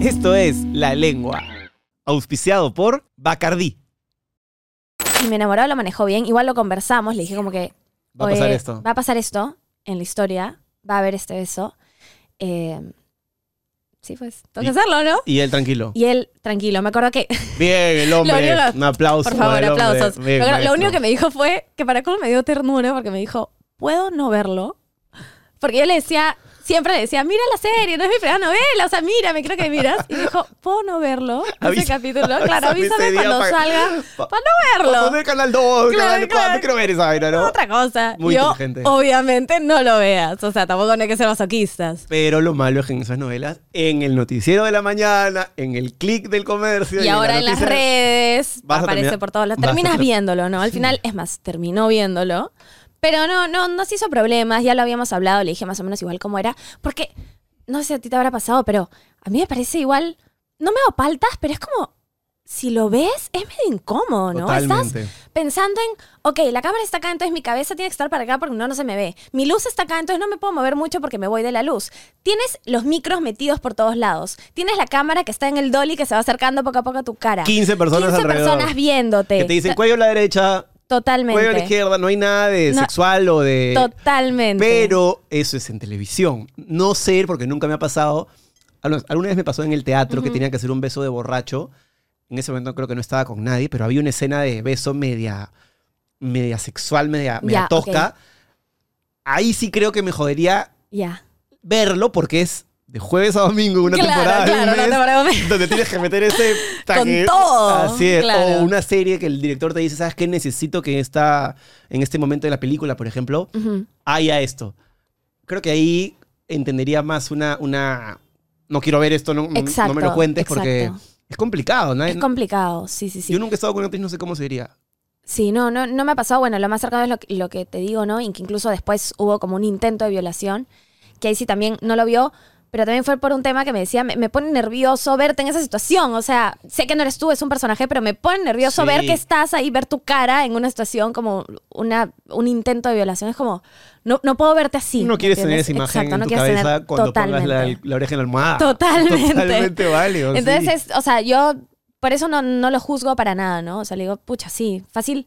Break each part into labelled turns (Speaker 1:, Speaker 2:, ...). Speaker 1: Esto es La Lengua. Auspiciado por Bacardí.
Speaker 2: Y mi enamorado lo manejó bien. Igual lo conversamos. Le dije como que.
Speaker 1: Va a pasar
Speaker 2: "Oye,
Speaker 1: esto.
Speaker 2: Va a pasar esto en la historia. Va a haber este beso. Eh, sí, pues. Tengo
Speaker 1: Y-
Speaker 2: que hacerlo, ¿no?
Speaker 1: Y él tranquilo.
Speaker 2: Y él, tranquilo. Me acuerdo que.
Speaker 1: Bien, el hombre.
Speaker 2: Lo único-
Speaker 1: Un aplauso.
Speaker 2: Por favor,
Speaker 1: al hombre.
Speaker 2: aplausos.
Speaker 1: Bien,
Speaker 2: lo, lo
Speaker 1: maestro.
Speaker 2: único que me dijo fue que para cómo me dio ternura porque me dijo, ¿puedo no verlo? Porque yo le decía, siempre le decía, mira la serie, no es mi primera novela, o sea, mira, me creo que miras. Y me dijo, ¿puedo no verlo? Ese
Speaker 1: Avisa-
Speaker 2: capítulo, claro,
Speaker 1: avisa
Speaker 2: avísame
Speaker 1: ese día
Speaker 2: cuando
Speaker 1: pa-
Speaker 2: salga
Speaker 1: pa-
Speaker 2: para no
Speaker 1: Vamos a
Speaker 2: verlo.
Speaker 1: poner canal 2,
Speaker 2: Claro,
Speaker 1: canal 4.
Speaker 2: claro.
Speaker 1: Quiero ver esa vaina, ¿no?
Speaker 2: Otra cosa,
Speaker 1: Muy
Speaker 2: yo
Speaker 1: inteligente.
Speaker 2: obviamente no lo veas, o sea, tampoco no hay que ser masoquistas.
Speaker 1: Pero lo malo es que en esas novelas, en el noticiero de la mañana, en el clic del comercio.
Speaker 2: Y ahora en las
Speaker 1: noticia-
Speaker 2: redes
Speaker 1: vas a
Speaker 2: aparece
Speaker 1: terminar-
Speaker 2: por todos lados.
Speaker 1: vas a
Speaker 2: Terminas
Speaker 1: ter-
Speaker 2: viéndolo, ¿no? Al final, es más, terminó viéndolo. Pero no, no, no se hizo problemas, ya lo habíamos hablado, le dije más o menos igual cómo era. Porque, no sé si a ti te habrá pasado, pero a mí me parece igual, no me hago paltas, pero es como, si lo ves, es medio incómodo, ¿no? Estás
Speaker 1: Totalmente.
Speaker 2: pensando en, ok, la cámara está acá, entonces mi cabeza tiene que estar para acá porque no, no se me ve. Mi luz está acá, entonces no me puedo mover mucho porque me voy de la luz. Tienes los micros metidos por todos lados. Tienes la cámara que está en el dolly que se va acercando poco a poco a tu cara.
Speaker 1: 15 personas
Speaker 2: 15
Speaker 1: alrededor.
Speaker 2: personas viéndote.
Speaker 1: que te dicen
Speaker 2: To-
Speaker 1: cuello a la derecha, cuello a la
Speaker 2: Totalmente.
Speaker 1: izquierda. No hay nada de
Speaker 2: No.
Speaker 1: sexual o de.
Speaker 2: Totalmente.
Speaker 1: Pero eso es en televisión. No sé, porque nunca me ha pasado. Al- Alguna vez me pasó en el teatro que tenía que hacer un beso de borracho. En ese momento creo que no estaba con nadie, pero había una escena de beso media, media sexual, media, media
Speaker 2: Ya, ok.
Speaker 1: tosca. Ahí sí creo que me jodería
Speaker 2: Ya.
Speaker 1: verlo porque es de jueves a domingo una
Speaker 2: Claro,
Speaker 1: temporada de un
Speaker 2: claro, no
Speaker 1: mes,
Speaker 2: te preocupes.
Speaker 1: donde tienes que meter ese taque.
Speaker 2: todo,
Speaker 1: así es.
Speaker 2: claro.
Speaker 1: o una serie que el director te dice sabes qué necesito que está en este momento de la película por ejemplo
Speaker 2: Ujú.
Speaker 1: haya esto creo que ahí entendería más una una no quiero ver esto no, no
Speaker 2: Exacto,
Speaker 1: me lo cuentes porque
Speaker 2: exacto.
Speaker 1: es complicado ¿no?
Speaker 2: Es complicado, sí, sí, sí.
Speaker 1: yo nunca he estado con una actriz no sé cómo se diría
Speaker 2: Sí, no, no, no me ha pasado. Bueno, lo más cercano es lo, que- lo que te digo, ¿no? Y que incluso después hubo como un intento de violación, que ahí sí también no lo vio, pero también fue por un tema que me decía, me, me pone nervioso verte en esa situación. O sea, sé que no eres tú, es un personaje, pero me pone nervioso
Speaker 1: Sí.
Speaker 2: ver que estás ahí, ver tu cara en una situación como una, un intento de violación. Es como, no, no puedo verte así.
Speaker 1: no quieres tener
Speaker 2: ¿entiendes?
Speaker 1: esa imagen
Speaker 2: Exacto,
Speaker 1: en
Speaker 2: no
Speaker 1: tu
Speaker 2: quieres tener-
Speaker 1: cabeza cuando pongas la,
Speaker 2: totalmente.
Speaker 1: la oreja en la almohada
Speaker 2: Totalmente.
Speaker 1: totalmente válido sí.
Speaker 2: Entonces, es- o sea, yo por eso no, no lo juzgo para nada, ¿no? O sea, le digo, pucha, sí, fácil.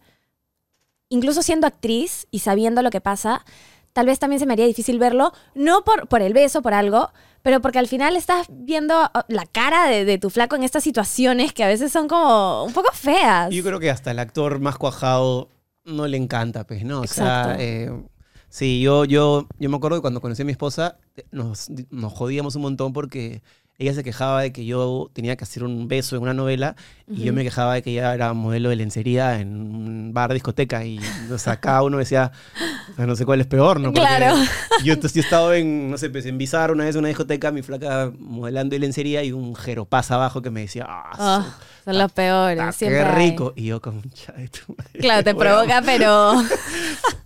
Speaker 2: Incluso siendo actriz y sabiendo lo que pasa, tal vez también se me haría difícil verlo, no por, por el beso, por algo, pero porque al final estás viendo oh, la cara de, de tu flaco en estas situaciones que a veces son como un poco feas.
Speaker 1: Yo creo que hasta el actor más cuajado no le encanta, pues, ¿no? O sea,
Speaker 2: Exacto.
Speaker 1: eh, sí, yo, yo, yo me acuerdo que cuando conocí a mi esposa eh, nos, nos jodíamos un montón porque ella se quejaba de que yo tenía que hacer un beso en una novela y yo me quejaba de que ella era modelo de lencería en un bar, discoteca y, o sea, cada uno decía, "O sea, no sé cuál es peor, ¿no? Porque
Speaker 2: Claro.
Speaker 1: Yo, entonces, yo he estado en, no sé, pues, en Bizarro una vez en una discoteca, mi flaca modelando de lencería y un jeropaz abajo que me decía, ah, su
Speaker 2: Oh, son los peores.
Speaker 1: Ah,
Speaker 2: siempre
Speaker 1: qué
Speaker 2: hay.
Speaker 1: rico. Y yo como "Cha de tu madre".
Speaker 2: Claro, te
Speaker 1: Bueno,
Speaker 2: provoca, pero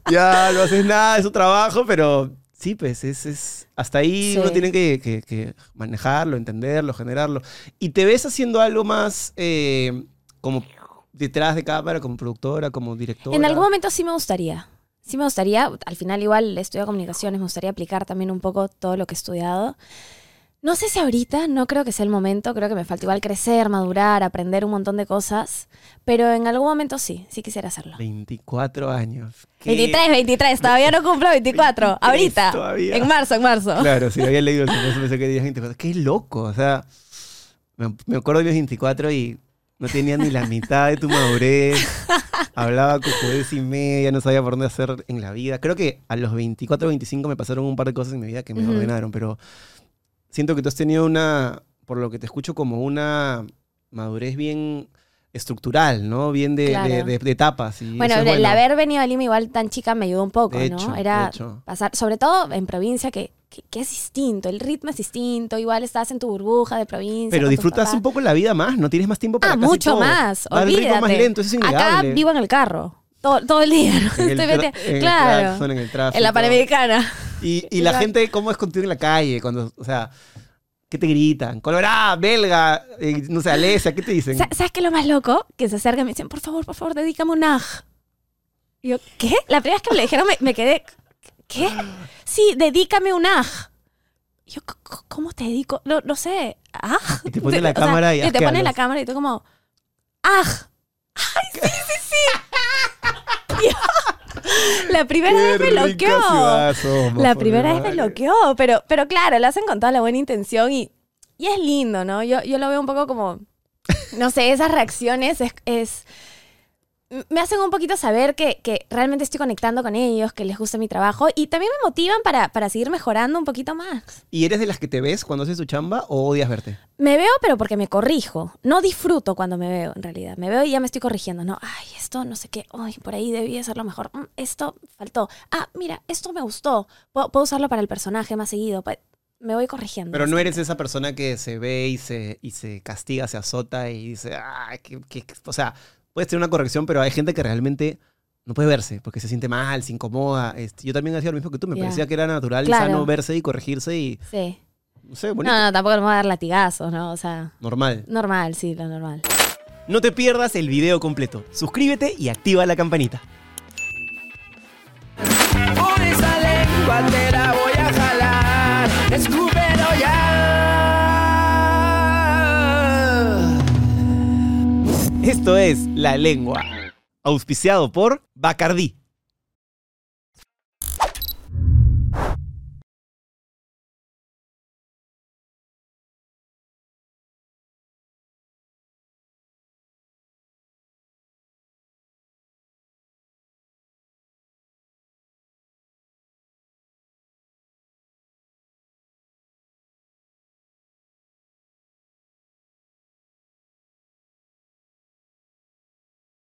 Speaker 1: Ya, no haces nada, es su trabajo, pero sí, pues es, es hasta ahí
Speaker 2: Sí.
Speaker 1: uno tiene que, que- que manejarlo, entenderlo, generarlo. Y te ves haciendo algo más eh, como detrás de cámara, como productora, como directora.
Speaker 2: En algún momento sí me gustaría. Sí me gustaría, al final igual estudio comunicaciones, me gustaría aplicar también un poco todo lo que he estudiado. No sé si ahorita, no creo que sea el momento, creo que me falta igual crecer, madurar, aprender un montón de cosas, pero en algún momento sí, sí quisiera hacerlo.
Speaker 1: 24 años. ¿Qué?
Speaker 2: 23, 23, todavía no cumplo 24,
Speaker 1: 23
Speaker 2: ahorita,
Speaker 1: todavía.
Speaker 2: en marzo, en marzo.
Speaker 1: Claro, sí, había leído, eso pensé que 10, 24. Qué loco, o sea, me, me acuerdo de los 24 y no tenía ni la mitad de tu madurez. Hablaba con judez y media, no sabía por dónde hacer en la vida. Creo que a los 24, 25 me pasaron un par de cosas en mi vida que me
Speaker 2: Ujú.
Speaker 1: ordenaron, pero siento que tú has tenido una, por lo que te escucho, como una madurez bien estructural, ¿no? Bien de, de-
Speaker 2: Claro.
Speaker 1: de- de etapas. y
Speaker 2: Bueno,
Speaker 1: eso es
Speaker 2: el haber venido a Lima igual tan chica me ayudó un poco,
Speaker 1: De
Speaker 2: ¿no?
Speaker 1: hecho, de
Speaker 2: Era
Speaker 1: hecho.
Speaker 2: pasar, sobre todo en provincia, que, que, que es distinto, el ritmo es distinto, igual estás en tu burbuja de provincia.
Speaker 1: Pero
Speaker 2: con tus
Speaker 1: disfrutas
Speaker 2: papás.
Speaker 1: un poco la vida más, ¿no? Tienes más tiempo para
Speaker 2: Ah,
Speaker 1: casi
Speaker 2: mucho
Speaker 1: todo.
Speaker 2: más.
Speaker 1: Va al
Speaker 2: Olvídate.
Speaker 1: ritmo más lento, eso es
Speaker 2: Acá
Speaker 1: innegable.
Speaker 2: vivo en el carro. Todo, todo el día. ¿no?
Speaker 1: En el
Speaker 2: Estoy
Speaker 1: tra-
Speaker 2: metida-
Speaker 1: en el
Speaker 2: claro.
Speaker 1: claxon, en el tráfico.
Speaker 2: en la Panamericana.
Speaker 1: Y, y la
Speaker 2: Claro.
Speaker 1: gente, ¿cómo es contigo en la calle? Cuando, o sea, ¿qué te gritan? Colorá, belga, eh, no sé, Alesia, ¿qué te dicen?
Speaker 2: Sa- ¿Sabes qué es lo más loco? Que se acercan y me dicen, por favor, por favor, dedícame un aj. Y yo, ¿qué? La primera vez que me lo dijeron me, me quedé, ¿qué? Sí, dedícame un aj. Y yo, "C- c- ¿cómo te dedico? No, no sé. ¡Ah!
Speaker 1: Y te pone la
Speaker 2: O sea,
Speaker 1: cámara y
Speaker 2: que te
Speaker 1: asquealos.
Speaker 2: pone la cámara y tú como, ¡ah! ¡Ay, sí, sí, sí! Y yo, la primera vez me bloqueó. La primera vez me bloqueó, pero, pero claro, lo hacen con toda la buena intención y, y es lindo, ¿no? Yo, yo lo veo un poco como, no sé, esas reacciones es... es- me hacen un poquito saber que, que realmente estoy conectando con ellos, que les gusta mi trabajo y también me motivan para, para seguir mejorando un poquito más.
Speaker 1: ¿Y eres de las que te ves cuando haces tu chamba o odias verte?
Speaker 2: Me veo, pero porque me corrijo. No disfruto cuando me veo, en realidad. Me veo y ya me estoy corrigiendo, ¿no? Ay, esto no sé qué. Ay, por ahí debí hacerlo mejor. Mm, esto faltó. Ah, mira, esto me gustó. Puedo, puedo usarlo para el personaje más seguido. Pa- Me voy corrigiendo.
Speaker 1: Pero no eres esa persona que se ve y se, y se castiga, se azota y dice, ah, que, que-". o sea, puedes tener una corrección, pero hay gente que realmente no puede verse porque se siente mal, se incomoda. Este, yo también hacía lo mismo que tú, me
Speaker 2: Ya.
Speaker 1: parecía que era natural y
Speaker 2: Claro.
Speaker 1: sano verse y corregirse y,
Speaker 2: Sí.
Speaker 1: no sé, bonito,
Speaker 2: No, no, tampoco me voy a dar latigazos, ¿no? O sea,
Speaker 1: normal.
Speaker 2: normal, sí, lo normal.
Speaker 1: No te pierdas el video completo. Suscríbete y activa la campanita.
Speaker 3: Por esa lengua te la voy a jalar, escúpelo ya.
Speaker 1: Esto es La Lengua, auspiciado por Bacardí.